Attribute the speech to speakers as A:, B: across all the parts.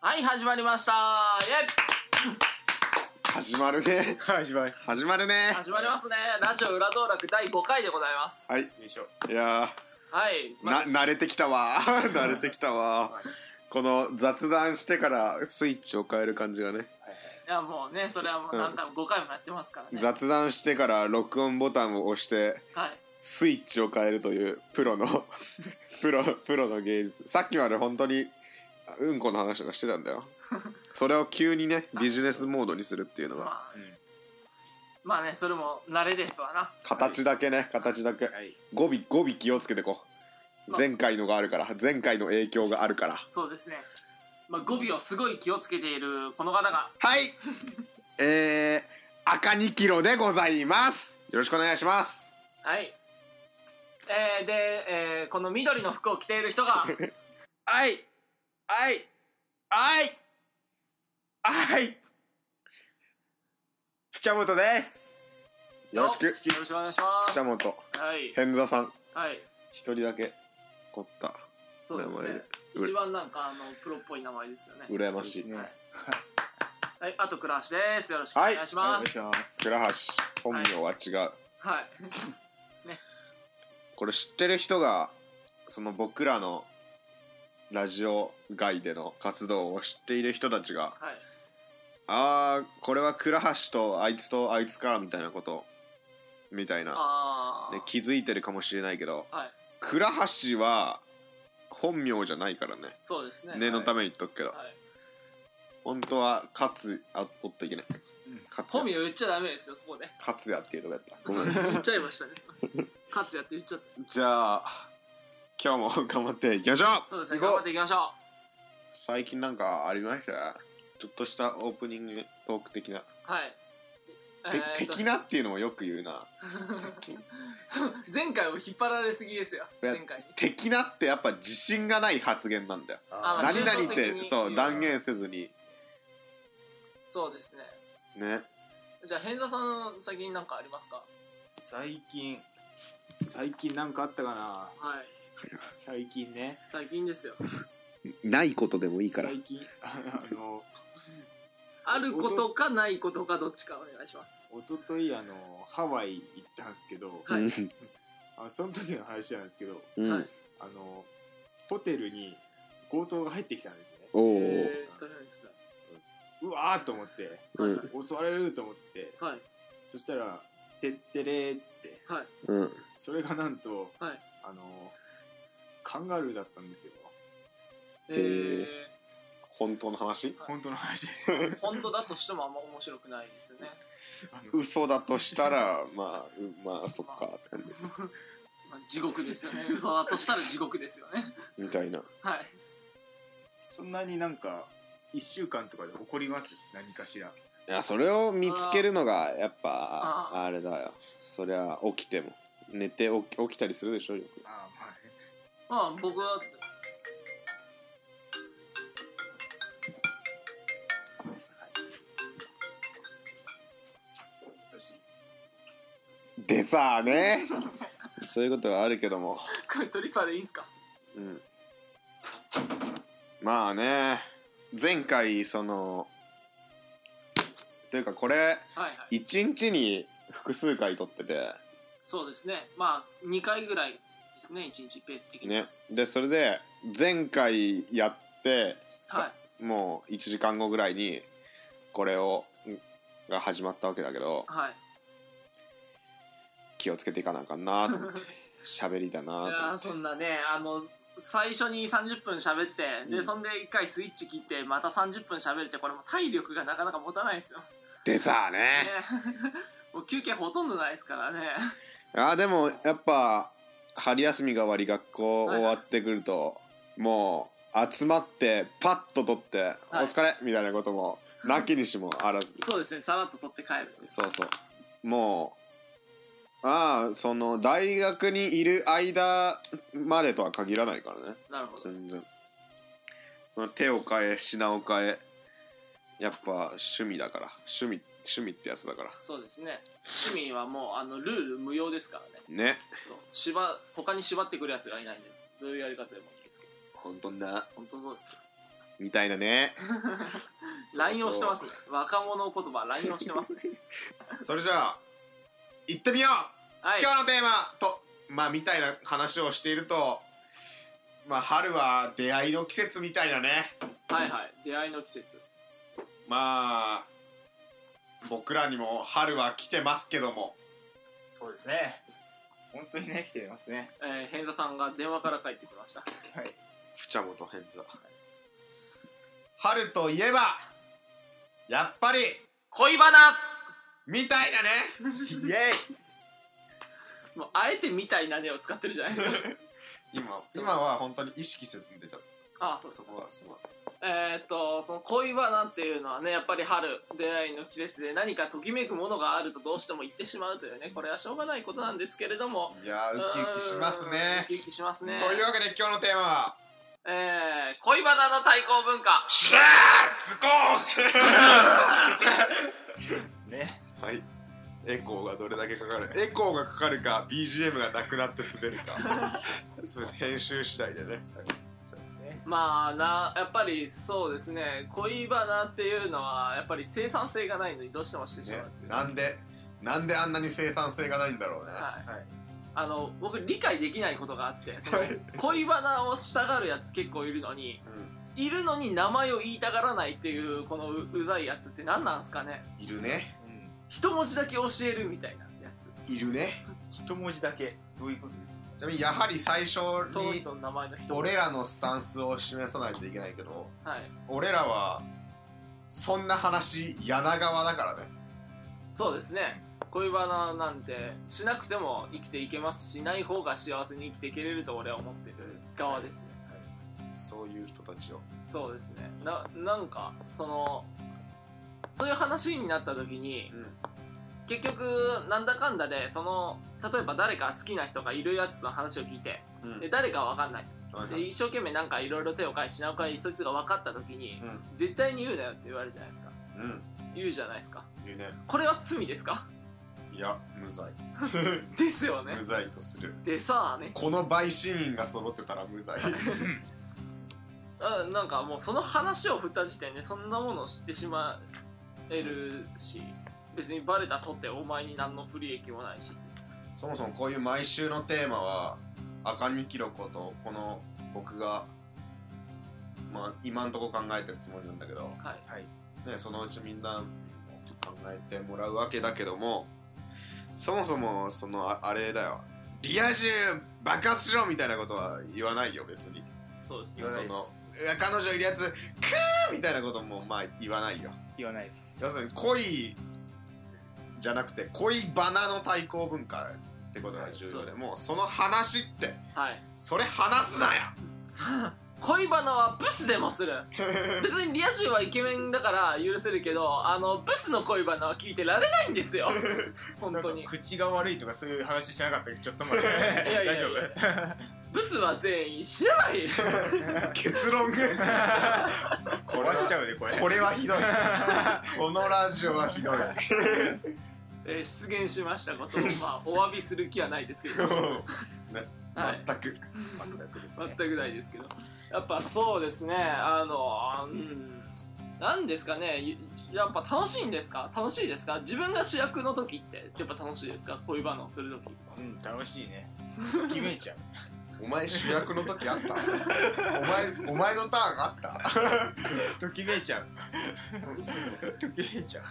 A: はい始まりましたイエイ
B: 始まるね
C: はい、しまい。よ
B: 始まるね
A: 始まりますねラジオ裏道楽第5回でございます
B: はい
C: いしょ。
B: いや
A: はい、
B: ー、な慣れてきた わ慣れてきたわこの雑談してからスイッチを変える感じがね
A: いやもうねそれはもう何回も5回もやってますからね
B: 雑談してから録音ボタンを押して
A: はい
B: スイッチを変えるというプロ のプロプロの芸術さっきまで本当にうんこの話とかしてたんだよそれを急にねビジネスモードにするっていうのは
A: まあ、
C: うん
A: まあねそれも慣れですわな
B: 形だけね形だけ
C: はい。
B: 語尾語尾気をつけてこう
A: まあ
B: 前回のがあるから前回の影響があるから
A: そうですねまあ語尾をすごい気をつけているこの方が
B: はい。えー、赤2キロでございます。よろしくお願いします。
A: はいえー、で、えー、この緑の服を着ている人が
C: はい。はい。はい。はい。塚本です。
B: よろしく。
A: よろしくお願いします
B: 北本、
A: はい
B: 変座さん、
A: はい
B: 一人だけ、凝った
A: そうですね
B: 名前
A: 一
B: で
A: 番なんかあのプロっぽい名前ですよね
B: 羨ましい。
C: はい。
A: はいあと倉橋ですよろしくお願いし
C: お
A: ま
C: 願いし
A: すは
C: ます。
B: 倉橋、本名は違う。
A: い、
B: これ知ってる人が、その僕らの、ラジオ外での活動を知っている人たちが、
A: はい、
B: あー、これは倉橋とあいつとあいつか、みたいなこと、みたいな、
A: あ
B: で気づいてるかもしれないけど、
A: あはい
B: 倉橋は本名じゃないからね
A: そうですね
B: 念のために言っとくけど、
A: はい、
B: 本当は勝あおっといけない勝
A: 本名
B: 也
A: 言っちゃダメですよそこで
B: 勝也っていうとこやったごめん
A: 言っちゃいましたね勝つやって言っちゃった
B: じゃあ今日も頑張っていきましょう
A: そうですね
C: 行こう
A: 頑張っていきましょ
B: 最近なんかありましたちょっとしたオープニングトーク的な、
A: うはい
B: て
A: えーっと
B: 的なっていうのもよく言うな
A: 前回を引っ張られすぎですよ
B: いや
A: 前回に
B: 的なってやっぱ自信がない発言なんだよ
A: あまあ
B: 何々っ
A: 抽象的
B: て
A: に
B: そう
A: 言う
B: 断言せずに
A: そうですね
B: ね
A: じゃあ変座さん先になんかありますか
C: 最近。最近なんかあったかな。
A: はい
C: 最近ね。
A: 最近ですよ
B: ないことでもいい
C: 最近。あの。
A: あることかないことかどっちかお願いします
C: 一昨日あのハワイ行ったんですけど、
A: はい
C: あその時の話なんですけど、
B: うん
A: はい
C: あのホテルに強盗が入ってきたんですね。
B: お
A: えー、
B: お
A: 大変ですね
C: うわーと思って、
B: うん
A: はい
C: 襲われると思って、
A: はい
C: そしたら、てってれーって、
A: はい
B: うん
C: それがなんと、
A: はい
C: あの、カンガルーだったんですよ。
A: え
B: ー
A: ー
B: 本当の話
C: 本当の話です。
A: 本当だとしてもあんま面白くないですよね。
C: あの
B: 嘘だとしたらまあうまあそっかって感じ
A: まあ、地獄ですよね。嘘だとしたら地獄ですよね。
B: みたいな
A: はい。
C: そんなになんか、1週間とかで起こります何かしら。
B: いやそれを見つけるのがやっぱ
A: あ
B: あれだよそりゃ起きても寝て起き起きたりするでしょよく
C: ああ、まあね。
A: まあ僕は、
C: ごめんなさい。
B: でさ あねそういうことはあるけども、
A: これトリッパーでいいんすか
B: うん、まあね前回そのというかこれ
A: はいはい。
B: 一日に複数回撮ってて
A: そうですね。まあ2回ぐらいですね、1日ペース的に。
B: ねでそれで前回やって、さ
A: はい。
B: もう1時間後ぐらいにこれをんが始まったわけだけど
A: はい。
B: 気をつけていかなあかんな と思って喋りだ
A: いや
B: な
A: ーそんなね、あの、最初に30分喋って、で、
B: うん
A: そんで1回スイッチ切って、また30分喋るって、これもう体力がなかなか持たないですよ。ね。
B: とでさあ ね
A: もう休憩ほとんどないですからね。
B: あーでもやっぱ春休みが終わり学校
A: はい
B: 終わってくるともう集まってパッと取って「お
A: はい
B: 疲れ!」みたいなこともなきにしもあらず
A: そうですね、さらっと取って帰る。
B: そうそうもうああその大学にいる間までとは限らないからね
A: なるほど。
B: 全然その手を変え品を変えやっぱ趣味だから趣味趣味ってやつだから
A: そうですね趣味はもうあのルール無用ですからね
B: ね
A: そう縛他に縛ってくるやつがいないんでどういうやり方でもいいですけど
B: 本当だ
A: 本当そうですよ
B: みたいなね
A: LINE をしてますね若者言葉 LINE をしてますね
B: それじゃあ行ってみよ う
A: はい
B: 今日のテーマとまあみたいな話をしているとまあ春は出会いの季節みたいなね
A: はいはい出会いの季節
B: まあ僕らにも春は来てますけども
D: そうですね。本当にね、来てますね。
A: えー、変座さんが電話から帰ってきました
D: はい。
B: プチャモと変座春といえばやっぱり
A: 恋バナ
B: みたい なね
D: イェイ
A: もうあえてみたいなねを使ってるじゃないです か
B: 今今は本当に意識せずに出ちゃっ
A: あそう
B: た
A: そ
B: そうこはすまん
A: えーっとその恋バナっていうのはねやっぱり春出会いの季節で何かときめくものがあるとどうしても言ってしまうというねこれはしょうがないことなんですけれども
B: いやーウキウキしま
A: う
B: す
A: ーんウ
B: ね
A: キウキします
B: と
A: ね
B: いうわけで今日のテーマは
A: えー、恋バナの対抗文化
B: 「シラーズコ
D: ね。
B: ーン! 」はいエコーがどれだけかかるエコーがかかるか BGM がなくなって滑る か全て編集次第でね
D: ね
A: まあなやっぱりそうですね恋バナっていうのはやっぱり生産性がないのにどうしてもしてしまう
B: ね
A: っていう、
B: なんでなんであんなに生産性がないんだろうね
A: はい
D: はい
A: あの僕理解できないことがあってその
B: はい
A: 恋バナをしたがるやつ結構いるのにいるのに名前を言いたがらないっていうこのううざいやつって何なんすかね
B: いるね
D: うん。
A: 一文字だけ教えるみたいなやつ
B: いるね
D: 一文字だけ。どういうことで
B: ちなみにやはり最初
A: その
B: に
A: 人の名前の一文字
B: 俺らのスタンスを示さないといけないけど
A: はい
B: 俺らはそんな話柳川だからね
A: そうですね恋バナなんてしなくても生きていけますしない方が幸せに生きていけれると俺は思ってる側ですね
B: そういう人たちを
A: そうですねななんかそのそういう話になった時に、結局なんだかんだでその例えば誰か好きな人がいるやつの話を聞いて
B: うん
A: で誰かわかんない
B: はいは
A: で
B: い
A: 一生懸命なんかいろいろ手を返し何回そいつが分かった時に、
B: うん
A: 絶対に言うなよって言われるじゃないですか
B: うん
A: 言うじゃないですか
B: いるね
A: これは罪ですか
B: いや無罪
A: ですよね
B: 無罪とする
A: でさあね
B: この陪審員が揃ってたら無罪
A: あなんかもうその話を振った時点でそんなものを知ってしまえるし別にバレたとってお前に何の不利益もないし
B: そもそもこういう毎週のテーマは赤にきろことこの僕がまあ今んとこ考えてるつもりなんだけど
A: はい
B: ね、そのうちみんなも考えてもらうわけだけどもそもそもそのああれだよリア充爆発しろみたいなことは言わないよ別に
A: そうです
D: 言わ
B: そ
D: な
B: の
D: いです
B: うわ彼女いるやつクーみたいなこともまあ言わないよ
D: 言わないです。
B: 要するに恋じゃなくて恋バナの対抗文化ってことが重要でもうその話って
A: はい
B: それ話すなよ
A: 恋バナはブスでもする別にリア充はイケメンだから許せるけどあのブスの恋バナは聞いてられないんですよ本当
D: なん
A: に
D: か口が悪いとかそういう話してなかったけど、ちょっと待っ
A: いやい
D: て。
A: や
D: 大
A: いや
D: 丈
A: いや
D: 夫
A: ブスは全員死なない
B: 結 論が これ
D: 終わっち
B: は
D: ゃうね、これ。
B: これは ひどいこのラジオはひどい
A: えー失言しましたことを、まあ、お詫びする気はないですけ ど、はい、
B: 全く
D: 全くです
A: 全
D: ね。
A: くないですけどやっぱそうですねあのうんなんですかねいやっぱ楽しいんですか楽しいですか自分が主役の時ってやっぱ楽しいですか恋バナをする時
D: うん、楽しい ね。決めちゃう。
B: お前主役の時あったお前お前のターンあった
D: ときめいちゃう。 ときめいちゃ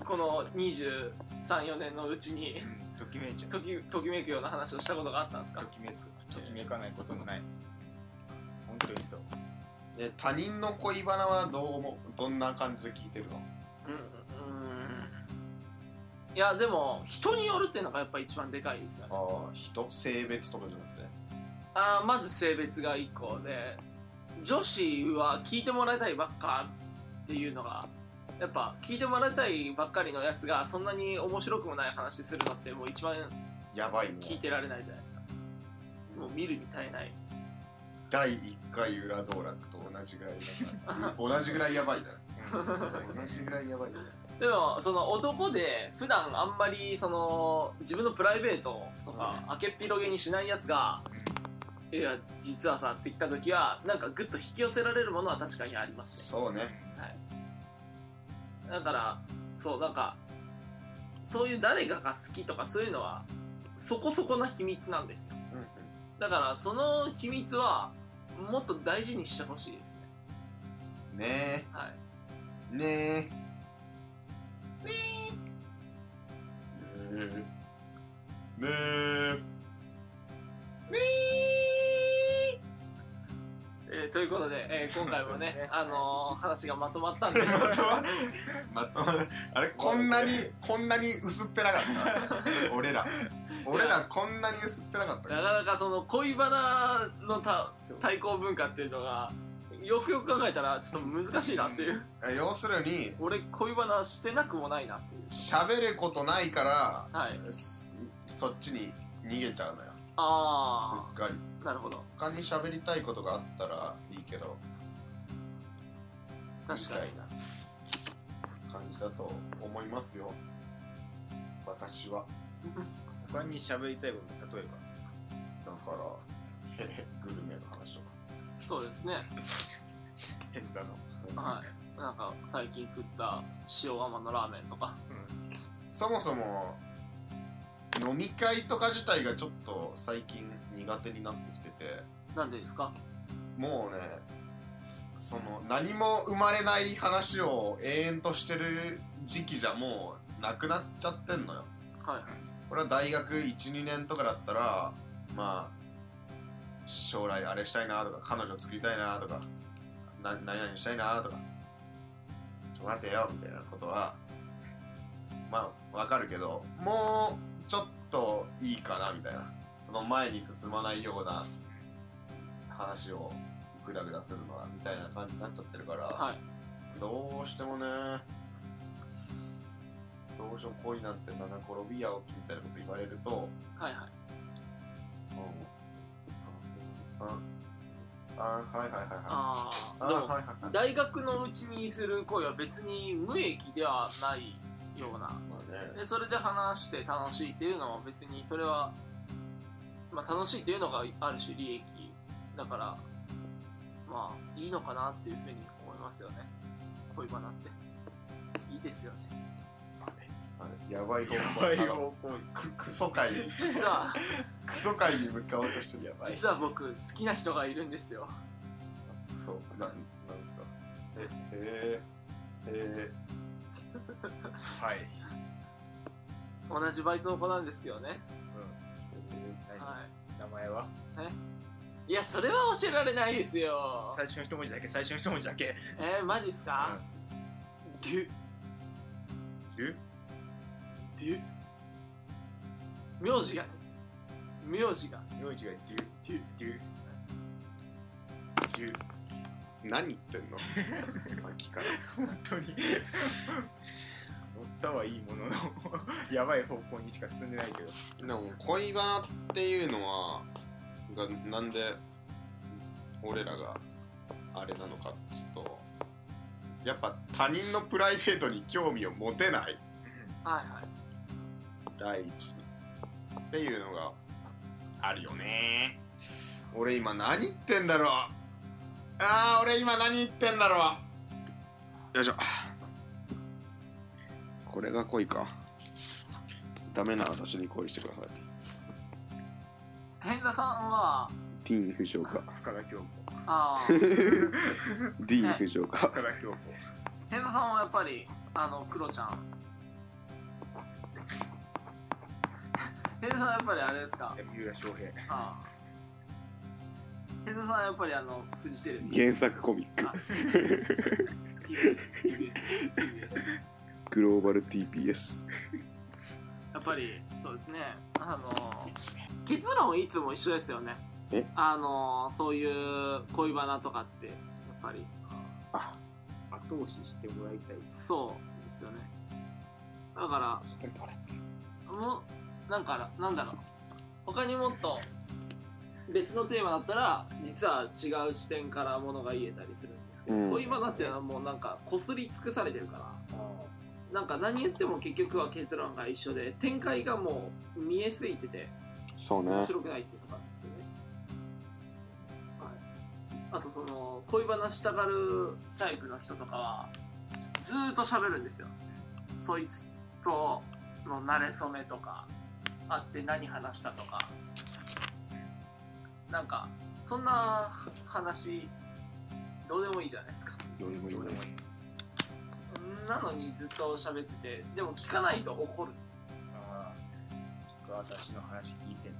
D: う。
A: この234年のうちに
D: うんときめいちゃう。
A: ときときめくような話をしたことがあったんですか
D: ときめく。ときめかないこともない。本当にそう。
B: え他人の恋バナはどう思うどんな感じで聞いてるの
A: いやでも人によるっていうのがやっぱ一番でかいですよね
B: ああ人性別とかじゃなくて
A: あーまず性別が1個で女子は聞いてもらいたいばっかっていうのがやっぱ聞いてもらいたいばっかりのやつがそんなに面白くもない話するのってもう一番
B: やばいね
A: 聞いてられないじゃないですかもう見るに耐えない
B: 第1回裏道楽と同じぐらいだから 同じぐらいやばいだよ同じぐらいやばいだよ
A: でもその男で普段あんまりその自分のプライベートとか開けっ広げにしないやつがいや実はさってきた時はなんかグッと引き寄せられるものは確かにありますね
B: そうね。
A: だからそうなんかそういう誰かが好きとかそういうのはそこそこな秘密なんですよ
B: うんうん
A: だからその秘密はもっと大事にしてほしいですね
B: ね
A: はい
B: え。ねえ。ねえ。ね え。
A: えーということで、えー今回もね
B: そうですね
A: あのー話がまとまったん で
B: まとままとまあれこんなにこんなに薄っぺらか った俺ら俺らこんなに薄っぺらかった
A: なかなかその恋バナのた対抗文化っていうのがよくよく考えたらちょっと難しいなっていう、
B: 要するに
A: 俺恋バナしてなくもないなってい
B: 喋ることないから
A: うはい
B: すそっちに逃げちゃうのよう
A: あ
B: っかり
A: あなるほど
B: 他に喋りたいことがあったらいいけど
A: 確かに
B: みたいな感じだと思いますよ私は
C: 他に喋りたいこと例えば
B: だから へへグルメの話とか
A: そうですね
C: 変だの
A: はいなんか最近食った塩釜のラーメンとか
B: そもそも飲み会とか自体がちょっと最近苦手になってきてて
A: なんでですか
B: もうねすその何も生まれない話を延々としてる時期じゃもうなくなっちゃってんのよ
A: はい
B: これは大学12年とかだったらまあ将来あれしたいなとか彼女作りたいなとかな何々したいなとかちょっと待てよみたいなことはまあわかるけどもうちょっといいかなみたいなその前に進まないような話をグダグダするのはみたいな感じになっちゃってるから、
A: はい
B: どうしてもねどうしよう恋なんて七転びやおきみたいなこと言われると
A: はいはい
B: うんああはいはいはいはい
A: あ
B: あ
A: あで
B: はい
A: も
B: はいはい
A: 大学のうちにする恋は別に無益ではないような
B: まあね
A: でそれで話して楽しいっていうのは別にそれは、まあ、楽しいっていうのがある種利益だからまあいいのかなっていうふうに思いますよね恋バナっていいですよね
B: あれやばい方向
C: やばい方
B: ククソ界
A: 実は
B: クソ界に向かおうとしてるやば
A: 実は僕好きな人がいるんですよ
B: そうなんなんですかえへえへ
C: はい
A: 同じバイトの子なんですけどね、
C: 何
A: は、
C: 名前は
A: い
C: い
A: やそれは教えられないですよ
C: 最初の一文字だけ最初の一文字だけ
A: えー、マジっすか、デュ
C: デュ
A: デュ名字がね名字が
C: 名字がデュデュデュデュ
B: え何言ってんの さっきから
C: 本当に乗ったはいいもののやばい方向にしか進んでないけど
B: でも恋バナっていうのはがなんで俺らがあれなのかっつうとやっぱ他人のプライベートに興味を持てない
A: はいはい
B: 第一にっていうのがあるよね俺今何言ってんだろうあー俺今何言ってんだろ
E: よいしょこれが恋かダメな私に恋してください
A: 変田さんは
E: ディーン・フジオカ
C: 深田恭子
A: あー
E: ディーン・フジオカ
C: 深田恭子
A: 変田さんはやっぱりあのクロちゃん変田さんはやっぱりあれですか
C: 三浦翔平
A: あー変田さんはやっぱりあのフジテレビ
E: 原作コミック
A: あ TBS TBS
E: グローバル TPS
A: やっぱりそうですねあの結論いつも一緒ですよね
E: え
A: あのそういう恋バナとかってやっぱり
C: 後押ししてもらいたい
A: そうですよねだからもうなんかなんだろう他にもっと別のテーマだったら実は違う視点からものが言えたりするんですけど、
E: うん
A: 恋バナっていうのはもうなんかこすり尽くされてるからなんか何言っても結局は結論が一緒で展開がもう見えすぎてて
E: そうね
A: 面白くないっていうのがあるんですよねあとその恋話したがるタイプの人とかはずーっと喋るんですよそいつとの馴れ初めとか会って何話したとかなんかそんな話どうでもいいじゃないですか
B: どうでもいいね
A: なのにずっと喋っててでも聞かないと怒る
C: あーちょっと私の話聞いてん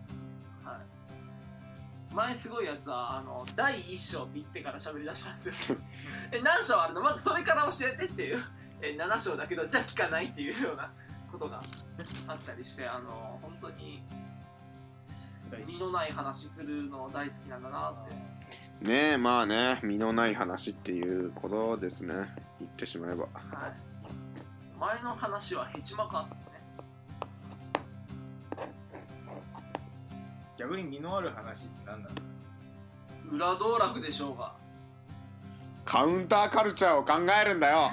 C: の
A: はい、前すごいやつはあの第1章って言ってから喋りだしたんです よえ何章あるのまずそれから教えてっていうえ7章だけどじゃあ聞かないっていうようなことがあったりしてあの本当に身のない話するの大好きなんだなって
B: ねえまあね身のない話っていうことですね言ってしまえば
A: はい、前の話はヘチマかってね
C: 逆に身のある話って何なの
A: 裏道楽でしょうが
B: カウンターカルチャーを考えるんだよ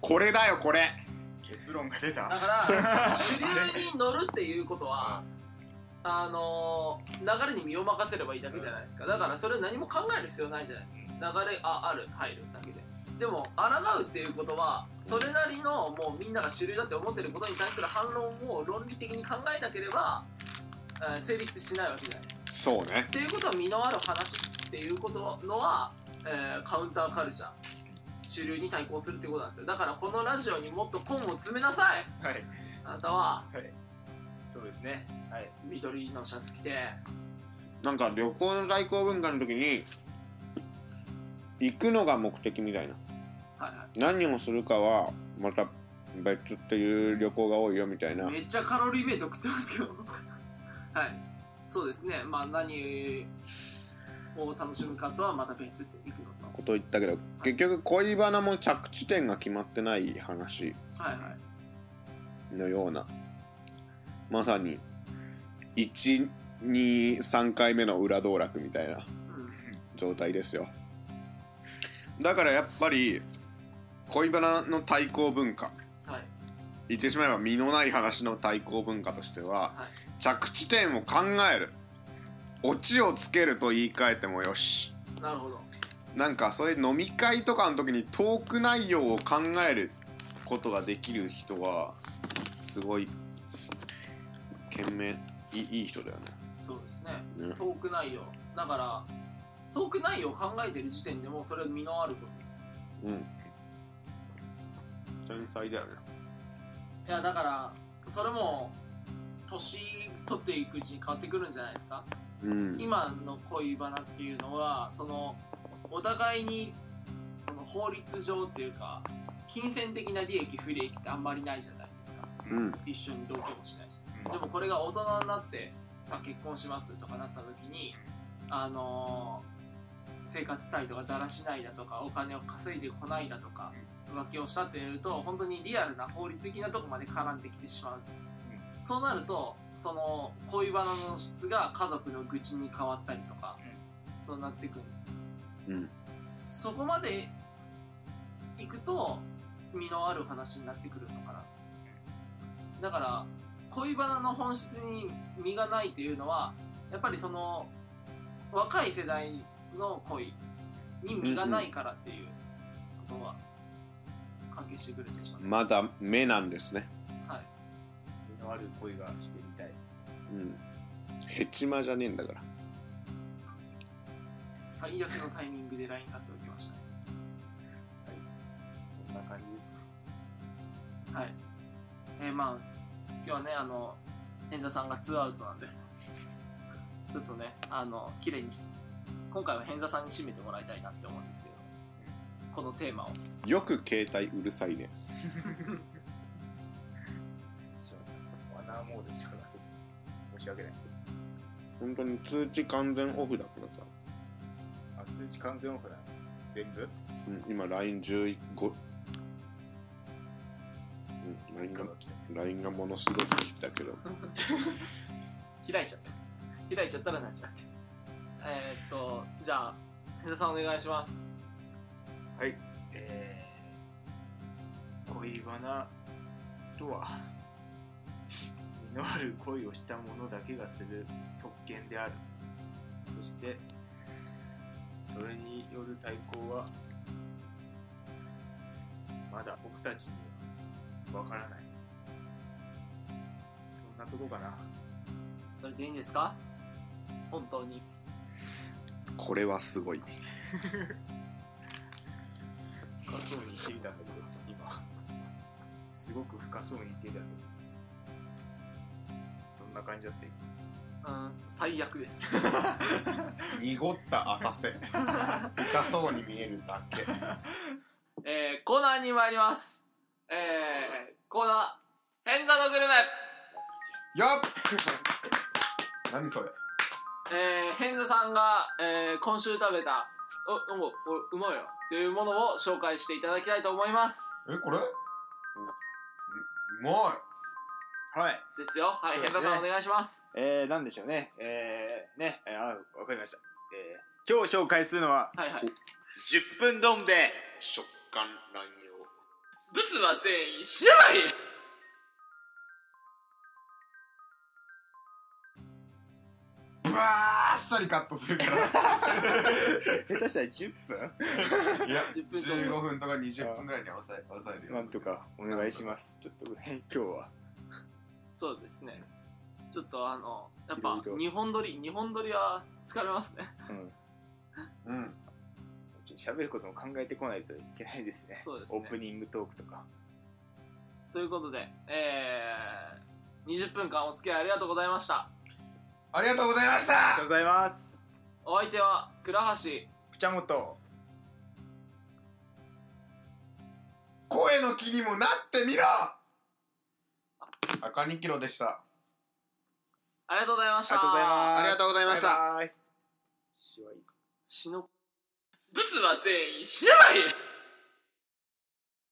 B: これだよこれ
D: 結論が出
A: だ
D: た
A: から主流に乗るっていうことはあのー流れに身を任せればいいだけじゃないですかだからそれ何も考える必要ないじゃないですか流れあある入るだけででも抗うっていうことはそれなりのもうみんなが主流だって思ってることに対する反論を論理的に考えなければ、えー成立しないわけじゃないですか
B: そうね
A: っていうことは身のある話っていうことのは、えーカウンターカルチャー主流に対抗するってことなんですよだからこのラジオにもっと根を詰めなさい
C: はい
A: あなたは
C: そうですねはい
A: 緑のシャツ着て
B: なんか旅行の代行文化の時に行くのが目的みたいな
A: は
B: 何をするかはまた別っていう旅行が多いよみたい
A: い
B: な
A: はいめっちゃカロリーメイト食ってますけど はいそうですねまあ何を楽しむかとはまた別っていくの
B: ことを言ったけど結局恋バナも着地点が決まってない話
A: とはいはい
B: のようなまさに123回目の裏道楽みたい
A: う
B: な
A: ん
B: 状態ですよだからやっぱり恋バナの対抗文化
A: はい
B: 言ってしまえば身のない話の対抗文化としては、
A: は
B: 着地点を考えるオチをつけると言い換えてもよし
A: なるほど
B: なんかそういう飲み会とかの時にトーク内容を考えることができる人はすごい懸命いいいい人だよ
A: そうですね
B: ねね
A: トーク内容だからトーク内容を考えてる時点でもうそれは身のあること
B: うん天才だよね
A: いやだからそれも年取っていくうちに変わってくるんじゃないですか
B: うん
A: 今の恋バナっていうのはそのお互いにその法律上っていうか金銭的な利益不利益ってあんまりないじゃないですか
B: うん
A: 一緒に同居もしないし
D: うん
A: でもこれが大人になってさ結婚しますとかなった時にあのー生活態度がだらしないだとかお金を稼いでこないだとか浮気をしたっていうと本当にリアルな法律的なとこまで絡んできてしまう、そうなるとその恋バナの質が家族の愚痴に変わったりとか、そうなっていくんです
B: うん
A: そこまで行くと身のある話になってくるのかなだから恋バナの本質に身がないというのはやっぱりその若い世代の恋に身がないからっていうことは関係してくるんでしょうね、
B: まだ目なんですね
A: はい、
C: 身のある恋がしてみたい
B: うんヘチマじゃねえんだから
A: 最悪のタイミングで LINE が届きまし
C: そんな感じですね
A: たはいえーまあ今日はねあの遠田さんがツーアウトなんで ちょっとねあの綺麗にし今回は偏座さんに締めてもらいたいなって思うんですけどこのテーマを
B: よく携帯うるさいね
C: そうワナーモードしてください申し訳ない
B: 本当に通知完全オフだからさ、
C: あ通知完全オフだ全部
B: うん、今 LINE15 うん LINE が
C: が来た
B: LINE がものすごく来たけど
A: 開いちゃった開いちゃったらなっちゃって えー、っとじゃあ偏座さんお願いします
C: えー、恋バナとは身のある恋をした者だけがする特権であるそしてそれによる対抗はまだ僕たちにはわからないそんなとこかな
A: それでいいんですか本当に
F: これはすごい
C: 深そうに言っていたんだけど今すごく深そうに言っていたんだけどどんな感じだって
A: うん最悪です
B: 濁った浅瀬深そうに見えるだけ
A: えー、コーナーに参りますえー、コーナー変座のグルメ
B: やっ何それ
A: えー、変座さんが、えー、今週食べたおおおうまいよというものを紹介していただきたいと思います
B: えこれううまい
C: はい
A: ですよはい、
C: そうで
A: 変
C: すね
A: 座さんお願いします
C: えー、なんでしょうねえー、ねえーあわかりました、えー、今日紹介するのは
A: はいはい
C: 10分どん兵衛
B: 食感乱用
A: ブスは全員死なばいい
B: バーッさりカットす るから
C: 下手したら10分
B: いや、
A: 10分とか
B: 15分とか20分ぐらいに合わせ合わせるよ。
C: なんとかお願いしますちょっとね今日は
A: そうですねちょっとあのやっぱ
C: いろいろ
A: 日本撮り日本撮りは疲れますね
C: うん
B: うん。
C: ちょっと喋ることも考えてこないといけないですね
A: そうですね
C: オープニングトークとか
A: ということでえー、20分間お付き合いありがとうございました
B: ありがとうございまし
C: ありがと
B: た
C: うございます
A: お相手は倉橋
C: プチャモト
B: 声の気にもなってみろ赤2キロでした。
A: ありがとうございまし
C: あ
A: た
C: りがとうござ
B: ありがとうござい
C: います
B: ました
C: バイバイしわい
A: すしのブスは全員死なばいい